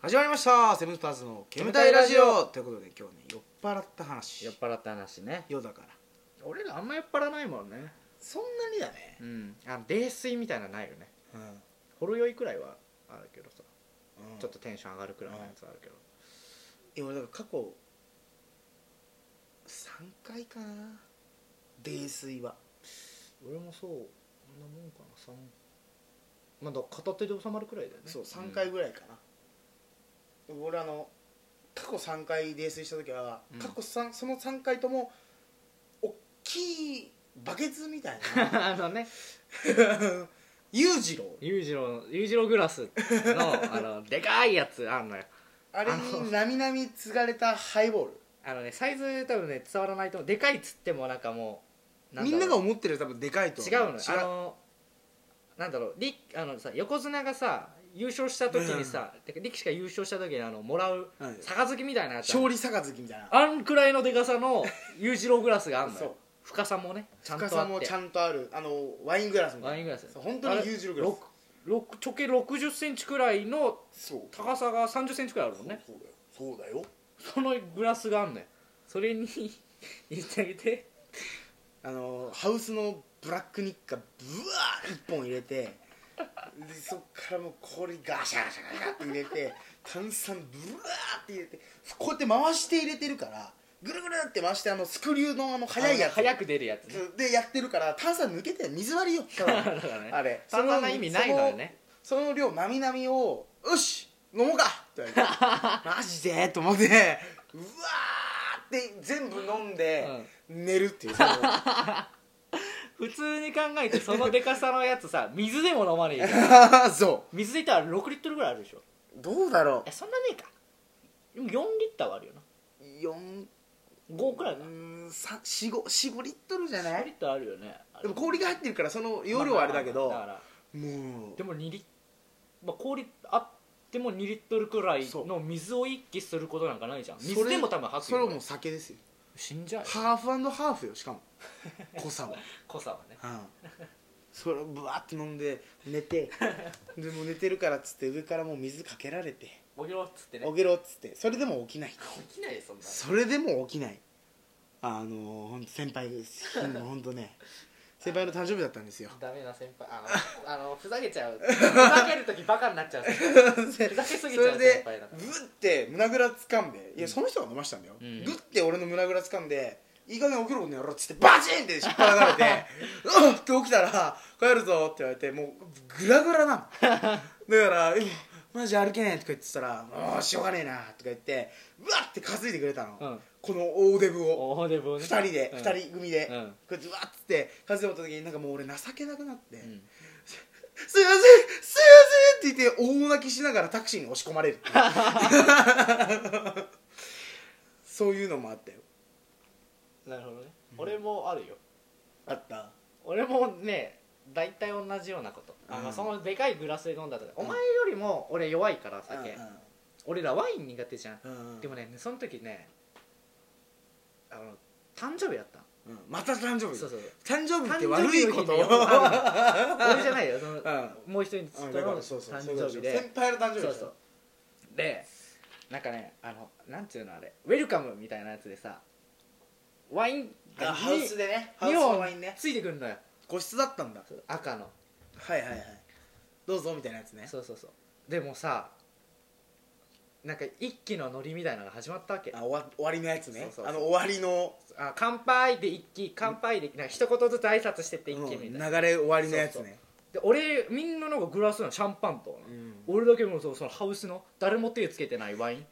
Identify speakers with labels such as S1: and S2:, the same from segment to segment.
S1: 始まりましたセブンスターズの煙たいラジオということで今日ね酔っ払った話
S2: 酔っ払った話ね
S1: 夜だから
S2: 俺らあんま酔っ払ないもんね
S1: そんなにだね
S2: うんあの泥酔みたいなのないよね
S1: うん、
S2: ほろ酔いくらいはあるけどさ、
S1: うん、
S2: ちょっとテンション上がるくらいのやつあるけど、
S1: いや俺だから過去3回かな泥酔は
S2: 俺もそうこんなもんかな三まあだ片手で収まるくらいだよね
S1: そう3回ぐらいかな、俺あの過去3回泥酔した時は、
S2: うん
S1: 過去3その3回とも大きいバケツみたい な
S2: あのね
S1: 裕次郎
S2: 裕次郎の裕次郎グラス のあのでかいやつあんのよ
S1: あれ
S2: あの
S1: になみなみ継がれたハイボール
S2: あのねサイズ多分ね伝わらないと思うでかいっつってもなんかもうだろ
S1: み
S2: うん
S1: なが思ってるより多分でかいと
S2: 違
S1: 思
S2: うのよあのなんだろう力あのさ横綱がさ優勝した時にさ、てか力士が優勝した時にあのもらう
S1: はい
S2: 杯みたいなやつある
S1: 勝利杯みたいな
S2: あんくらいのでかさの裕次郎グラスがあんの
S1: そう
S2: よ深さもねちゃんと
S1: 深
S2: あって
S1: さもちゃんとあるあのワイングラスみたいな
S2: ワイングラス
S1: そう本当に裕次郎グラス
S2: 六六直径60センチくらいの
S1: そう
S2: 高さが30センチくらいあるもんね
S1: そうだよそうだよ
S2: そのグラスがあんのよそ れに入れてあげて
S1: あのハウスのブラックニッカブワー一本入れてでそっからもう氷ガシャガシャガシャって入れて炭酸ブワーって入れてこうやって回して入れてるからぐるぐるって回してあのスクリューのあの速いや
S2: あの
S1: つ
S2: 早く出るやつね
S1: でやってるから炭酸抜けて水割りよただ
S2: だからね
S1: あれ
S2: そんな意味ないのよね
S1: その量なみなみを「よし飲もうか!」って言われ て「マジで?」と思ってうわーって全部飲んで、寝るって いうそ の
S2: 普通に考えてそのでかさのやつさ水でも飲まねえじゃん
S1: そ
S2: 水でいったら6リットルぐらいあるでしょ
S1: うどうだろ
S2: えそんなねえかでも4リッターはあるよな
S1: う4
S2: 5くらいか
S1: 45リットルじゃな
S2: 4リッ
S1: い
S2: ターあるよねあれ
S1: でも氷が入ってるからその容量はあれだけど
S2: まあまあまあだか
S1: も
S2: ら
S1: う
S2: でも2リッ、まあ、氷あっても2リットルくらい
S1: そう
S2: の水を一気することなんかないじゃん
S1: そ
S2: 水
S1: れ
S2: でも多分吐く
S1: それ
S2: よ
S1: はもう酒ですよ
S2: 死んじゃうよ
S1: ハーフハーフよしか も濃さは
S2: 濃さはね
S1: うん、それをぶわって飲んで寝てでもう寝てるからっつって上からもう水かけられて
S2: おぎろっつって
S1: 「
S2: ね
S1: おげろ」っつってそれでも起きない
S2: 起きないよそんな
S1: それでも起きないあのー、ほんと先輩ですもうほんとね先輩の誕生日だったんですよ
S2: ダメな先輩あのあのふざけちゃ うふざける時バカになっちゃう先輩
S1: ふ
S2: ざけすぎち
S1: そ
S2: ゃ
S1: れ
S2: う
S1: で
S2: 先輩だから
S1: グッて胸ぐらつかんでいやその人が飲ましたんだよ、
S2: うん
S1: グッて俺の胸ぐらつかんでいい加減起きろこの野郎っつってバチンって引っ張られ て「うっ!」って起きたら「帰るぞ」って言われてもうグラグラ なのだから今「マジ歩けねえ」とか言ってたら「もうしょうがねえな」とか言ってうわって担いでくれたの、
S2: うん
S1: この大デブを
S2: おでぶ
S1: 2人で、
S2: うん
S1: 二2人組で、
S2: うん
S1: こうやってうわっつって担いで持った時になんかもう俺情けなくなって、
S2: うん
S1: すいませんすいませんって言って大泣きしながらタクシーに押し込まれるっていう そういうのもあったよ
S2: なるほどね、俺もあるよ
S1: あった
S2: 俺もね大体同じようなこと、あま
S1: うん
S2: あそのでかいグラスで飲んだとか、
S1: うん
S2: お前よりも俺弱いから酒、俺らワイン苦手じゃん、
S1: うんうんうん
S2: でもねその時ねあの誕生日やったの
S1: うんまた誕生日
S2: そうそう
S1: 誕生日って悪いこと
S2: 誕生日の日によ
S1: あ
S2: 俺じゃないよその、
S1: う
S2: もう一人
S1: うん
S2: と
S1: だか
S2: の
S1: らそうそう
S2: 誕生日で
S1: 先輩の誕生日
S2: そ
S1: で
S2: う
S1: し
S2: そう
S1: ょ
S2: でなんかねあのなんていうのあれウェルカムみたいなやつでさワイン
S1: あハウスでねハウス
S2: 2
S1: の
S2: 本
S1: ワインね
S2: ついてくるのよ
S1: 個室だったんだ
S2: 赤の
S1: はいはいはいどうぞみたいなやつね
S2: そうそうそうでもさなんか一気のノリみたいなのが始まったわけ
S1: あ終わ終わりのやつね
S2: そうそうそう
S1: あの終わりの
S2: あ乾杯で一気乾杯でなんか一言ずつ挨拶してって一気み
S1: う
S2: たい
S1: ん
S2: な、
S1: 流れ終わりのやつ
S2: そう
S1: ね
S2: で俺みんななんかグラスのシャンパンと、
S1: うん
S2: 俺だけもそうそのハウスの誰も手つけてないワイン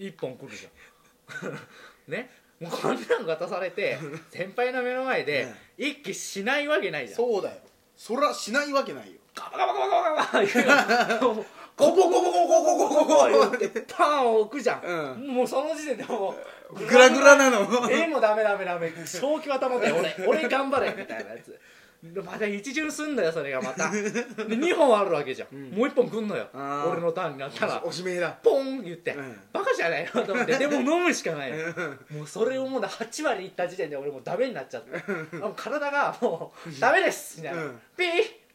S2: 一本来るじゃんねもうこんなん渡されて先輩の目の前で一気しないわけないじゃん
S1: そうだよそらしないわけないよ
S2: ガバガバガバガバガバもう
S1: ゴボゴボゴボゴボゴボゴボ
S2: パンを置くじゃん、
S1: う
S2: もうその時点でもう
S1: グラグラなの
S2: えもうダメダメダメ正気は保て俺俺頑張れみたいなやつでまた一巡すんだよそれがまたで2本あるわけじゃん、
S1: ん
S2: もう1本くんのよ
S1: あー
S2: 俺のターンになったら
S1: おしめえ だ
S2: ポンって言って、
S1: うん
S2: バカじゃないのと思ってでも飲むしかないのもうそれをもう8割いった時点で俺もうダメになっちゃってあもう体がもうダメですみたいな、
S1: うん
S2: ピー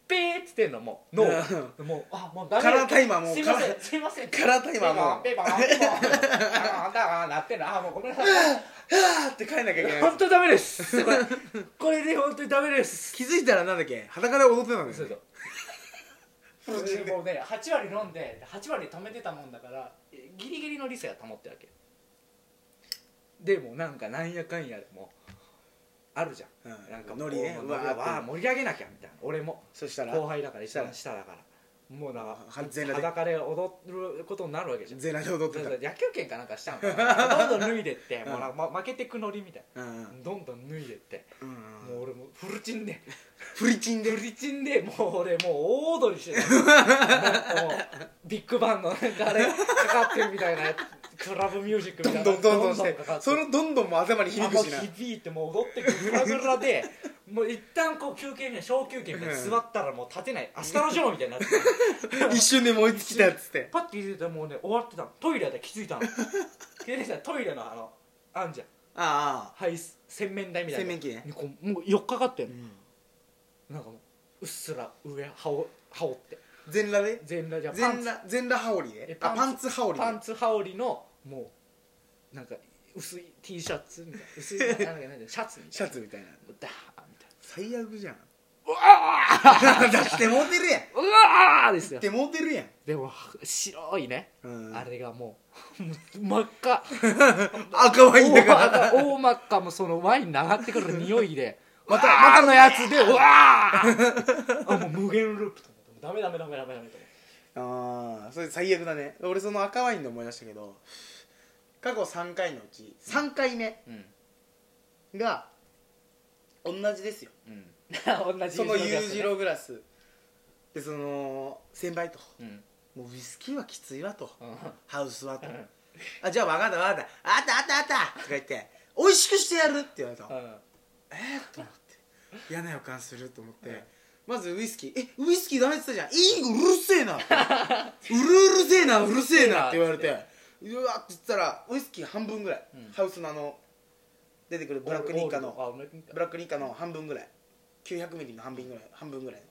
S2: ピーっつってんのもう脳がもうあもうダメ
S1: カラータイマーもう
S2: すいま
S1: カ
S2: せ
S1: ラ
S2: んすいません
S1: カラータイマーもう
S2: ペーパーペーパーペーパーあんたがなってんのあもうごめんなさい
S1: はぁって帰んなきゃいけない
S2: 本当にダメですこれこれで本当にダメです
S1: 気づいたらなんだっけ裸で踊ってたんです
S2: そう
S1: よ
S2: そうそれでもうね8割飲んで8割止めてたもんだからギリギリの理性は保ってるわけでもなんかなんやかんやでもあるじゃん、
S1: うん
S2: なんか
S1: ノリね
S2: もう
S1: うわーって
S2: わー盛り上げなきゃみたいな俺も
S1: そしたら
S2: 後輩だから一
S1: したら
S2: 番下だからもうなんか
S1: 完全裸
S2: 裸で踊ることになるわけじゃん
S1: 全裸で踊っ
S2: だ
S1: て
S2: か
S1: た
S2: ら野球拳かなんか したのかなどんどん脱いでってもうな、ま、負けてくノリみたい
S1: うんうん
S2: などんどん脱いでって、
S1: うん
S2: もう俺もうフルチンで
S1: フリチンで
S2: フルチンでもう俺もう大踊りしてたもうもうビッグバンのなんかあれかかってるみたいなやつクラブミュージック
S1: ど
S2: みたい
S1: んど
S2: な
S1: んどんどんして
S2: かかって
S1: そのどんどんも頭に響
S2: あも
S1: く
S2: う
S1: しな
S2: 響いてもう踊ってくるグラグラでもう一旦こう休憩みたいな小休憩みたいな座ったらもう立てない明日のショーみたいになってて
S1: 一瞬で燃え尽きたっつって
S2: パッて気づいたらもうね終わってたのトイレで気づいたの気づいたらトイレのあのあんじゃん
S1: あ
S2: 排水洗面台みたいな
S1: 洗面器ね
S2: こうもうよっかかって
S1: あ
S2: んの、なんかもううっすら上羽織羽織って
S1: 全裸で
S2: 全裸じゃん
S1: 全裸全裸羽織
S2: え
S1: で
S2: パ
S1: あ
S2: ン
S1: パンツ
S2: ツ
S1: 羽織で
S2: パンツ羽織のもうなんか薄い T シャツみたいな薄いなんかなんかなんかシャツみ
S1: シ
S2: たい
S1: ャ
S2: な
S1: ツみたいな
S2: もうダーンみたい
S1: 最悪じゃん
S2: なうわ
S1: 出 してモテるやん
S2: ーうわーです
S1: 出
S2: よ
S1: てモテるやん
S2: でも白いね、
S1: うん
S2: あれがもうもう真っ赤
S1: 赤ワインだから
S2: 大真っ赤大真っ赤もそのワイン流ってくる匂 いで
S1: ま
S2: ま
S1: た
S2: た
S1: ま
S2: またのやつでうわーあもう無限ループと思ってもうダメダメダメダメダメと思って
S1: ああそれ最悪だね俺その赤ワインで思い出したけど過去3回のうち3回目
S2: うん
S1: が同じですよ
S2: うん同じ
S1: その
S2: 友
S1: 裕次
S2: 情のや
S1: 郎グラスでその先輩と
S2: つねうん
S1: もうウイスキーはきついわと
S2: うん
S1: ハウスはと
S2: ん
S1: あじゃあ分かった分かったあったあったあったとか言って美味しくしてやるって言われたの
S2: うん
S1: えー、と思って嫌な予感すると思って、まずウイスキー「えウイスキーダメって言ったじゃんいいうるせえな」うるうるせえなうるせえな」って言われてうわっって言ったらウイスキー半分ぐらい、
S2: うん
S1: ハウスのあの出てくるブラックニッカの
S2: あブラックニッカ
S1: ブラックニッカの半分ぐらい900ミリの半分ぐらい半分ぐらい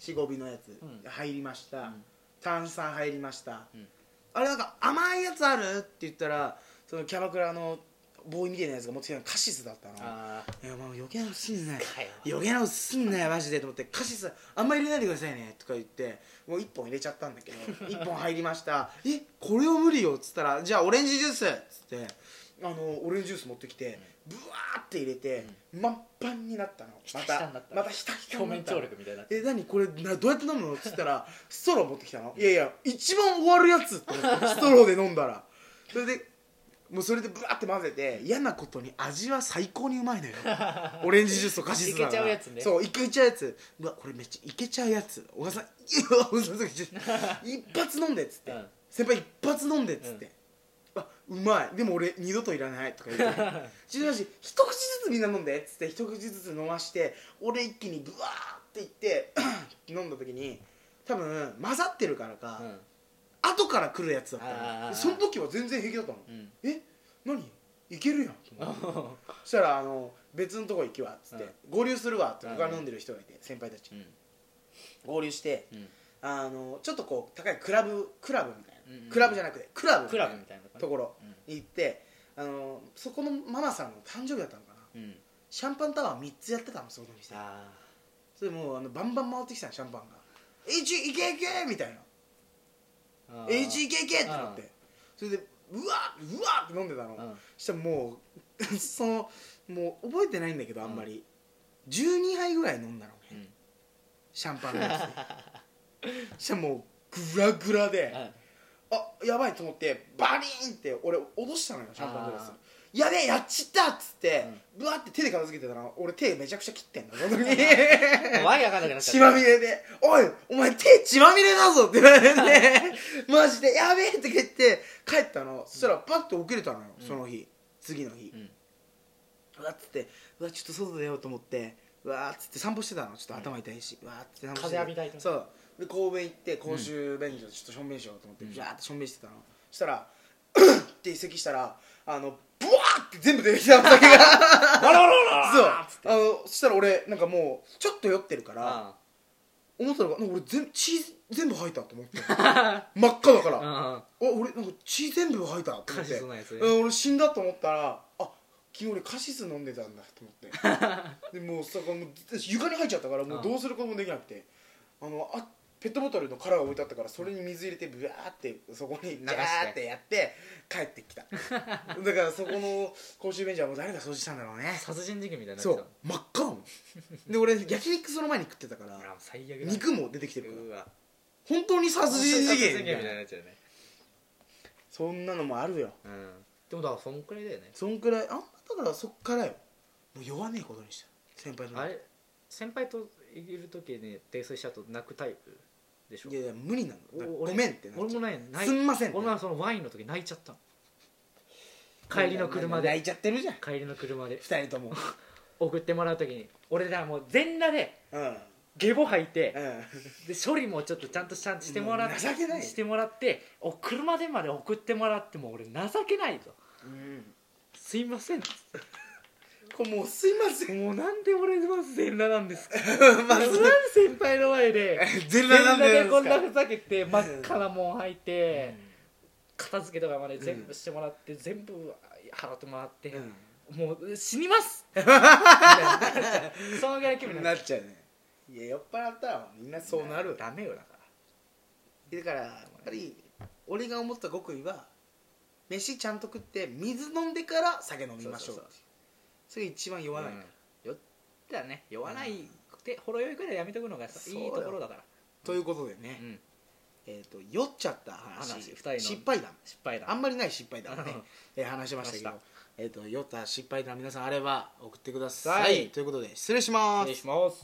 S1: 45尾のやつ
S2: うん
S1: 入りました、
S2: うん
S1: 炭酸入りました、
S2: うん
S1: あれなんか甘いやつあるって言ったらそのキャバクラのボーイみたいなやつが持ってきたのカシスだったの
S2: あ
S1: いやもう余計なことすんなよ
S2: かよ
S1: 余計なことすんなよマジでと思って「カシスあんま入れないでくださいね」とか言ってもう1本入れちゃったんだけど1 本入りました「えこれは無理よ」っつったら「じゃあオレンジジュース」っつってあのオレンジジュース持ってきてブワーって入れて満杯になったの
S2: ひ
S1: ま
S2: たひた
S1: た
S2: になった
S1: またひたひた
S2: 表
S1: にな
S2: 面
S1: ったの
S2: 張力みたいになって
S1: え何これなどうやって飲むのっつった らストロー持ってきたのいやいや一番終わるやつって思ってストローで飲んだらそれでもうそれでブワーって混ぜて嫌なことに味は最高にうまいのよ オレンジジュースとカシスだから
S2: いけちゃうやつね
S1: そういけちゃうやつうわこれめっちゃいけちゃうやつ小川さんい や小川さんちょっと一発飲んでっつって、
S2: うん
S1: 先輩一発飲んでっつって、あうまいでも俺二度といらないとか言って ちなみに一口ずつみんな飲んでっつって一口ずつ飲まして俺一気にブワーっていって 飲んだ時に多分混ざってるからか、
S2: うん
S1: 後から来るやつだっ
S2: あ
S1: た
S2: ー
S1: のその時は全然平気だったの、
S2: うん
S1: え何いけるやんと思ってそしたらあの別のとこ行きわっつって、合流するわって他飲んでる人がいて先輩たち
S2: うん
S1: 合流して
S2: うん
S1: あのちょっとこう高いクラブクラブみたいな、
S2: うんうん
S1: クラブじゃなくてクラブ
S2: クラブみたいな
S1: ところ
S2: うん
S1: に行ってあのそこのママさんの誕生日だったのかな
S2: うん
S1: シャンパンタワー3つやってたのそこの店
S2: あ
S1: それでもうあのバンバン回ってきたのシャンパンが「H いけいけ!」みたいな
S2: あ
S1: 「
S2: ー
S1: H いけいけ!」ってなってそれでうわっうわっって飲んでたの
S2: うん
S1: そしたらもうそのもう覚えてないんだけどあんまり12杯ぐらい飲んだの
S2: う
S1: ね
S2: ん
S1: シャンパンのやつそしたらもうグラグラ で
S2: うん
S1: あやばいと思ってバリーンって俺脅したのよシャンパングラス
S2: あ
S1: やべえやっちったっつってぶわって手で片付けてたら俺手めちゃくちゃ切ってんの本当 に
S2: わけわかんなくなっちゃった
S1: 血まみれで「おいお前手血まみれだぞ」って言われて マジで「やべえ」って言って帰ったのそしたらパッと起きれたのよその日次の日
S2: うん
S1: うわっつって「うわちょっと外出ようと思ってうわっつって散歩してたのちょっと頭痛いし、うわっつって散歩して
S2: 風浴びたいと
S1: そうで公園行って公衆便所でちょっとしょんべんしようと思って、
S2: ん
S1: ジャーってしょんべんしてたのそしたら 「って移籍したらあのブワーって全部出てきたの酒が
S2: あらららら
S1: そうあのそしたら俺なんかもうちょっと酔ってるから
S2: あ
S1: 思ったのがなんか俺全血全部吐いたと思って真っ赤だから、あ
S2: あ
S1: 俺なんか血全部吐いたと思
S2: カ
S1: っ
S2: シ
S1: て
S2: スのやつね
S1: うん、俺死んだと思ったらあ昨日俺カシス飲んでたんだと思って でもうさこれもう床に入っちゃったからもうどうすることもできなくてあのあペットボトルの殻が置いてあったからそれに水入れてブワーってそこに
S2: 流して
S1: ジャーってやって帰ってき ただからそこの公衆便所はもう誰が掃除したんだろうね
S2: 殺人事件みたいになって
S1: そ
S2: た
S1: う真っ赤だもんで俺焼肉その前に食ってたから
S2: あもう最悪だ
S1: 肉も出てきてるから
S2: うわ
S1: 本当に殺人事件みた
S2: みたい
S1: い
S2: に
S1: な
S2: なっちゃうね
S1: そんなのもあるよ
S2: うんでもだからそんくらいだよね
S1: そんくらいあんまだからそっからよもう酔わねえことにした先輩と
S2: あれ先輩といる時に泥酔しちゃうと泣くタイプでしょ
S1: いやいや無理なの
S2: お
S1: ごめんってなっ
S2: 俺
S1: ちゃ
S2: も
S1: う
S2: ね泣い
S1: すんません
S2: 俺はそのワインの時泣いちゃったの帰りの車で
S1: 泣いちゃってるじゃん
S2: 帰りの車で
S1: 二人とも
S2: 送ってもらう時に俺らもう全裸で
S1: うんうん
S2: 下ボ履いてで処理もちょっとちゃんとちゃんとしてもらっ
S1: もう
S2: て
S1: 情けない
S2: してもらってお車でまで送ってもらっても俺情けないぞ
S1: うん
S2: すいません
S1: これもうすいません
S2: もうなんで俺まず全裸なんですか
S1: ま
S2: まずなんで先輩の前で
S1: 全
S2: 全
S1: 裸な
S2: 裸
S1: んだ
S2: でこ
S1: よ
S2: んなふざけて真っ赤なもん履いて片付けとかまで全部してもらって全部払ってもらってもう死にます みたいなそのぐらいの気分にな
S1: な
S2: る
S1: っちゃうねいや酔っ払ったらみんなそうなる
S2: ダメよだから
S1: だからやっぱり俺が思った極意は飯ちゃんと食って水飲んでから酒飲みましょう
S2: そうそう
S1: それが一番酔わない、
S2: うん酔ったらね酔わないでほろ酔いくらいやめとくのがさい
S1: そうよ
S2: いところだから
S1: ということでね、
S2: うん
S1: えー、と酔っちゃった話
S2: 話二人の
S1: 失敗談
S2: 失敗だ
S1: あんまりない失敗談をね
S2: うん、
S1: えー話しましたけど
S2: 話し
S1: えー、と酔った失敗談皆さんあれば送ってください、
S2: はい
S1: ということで失礼します
S2: 失礼します